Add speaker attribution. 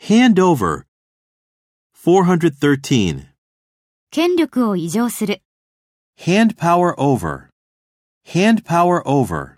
Speaker 1: Hand over. 413.
Speaker 2: 権力を移譲する。
Speaker 1: Hand power over. Hand power over.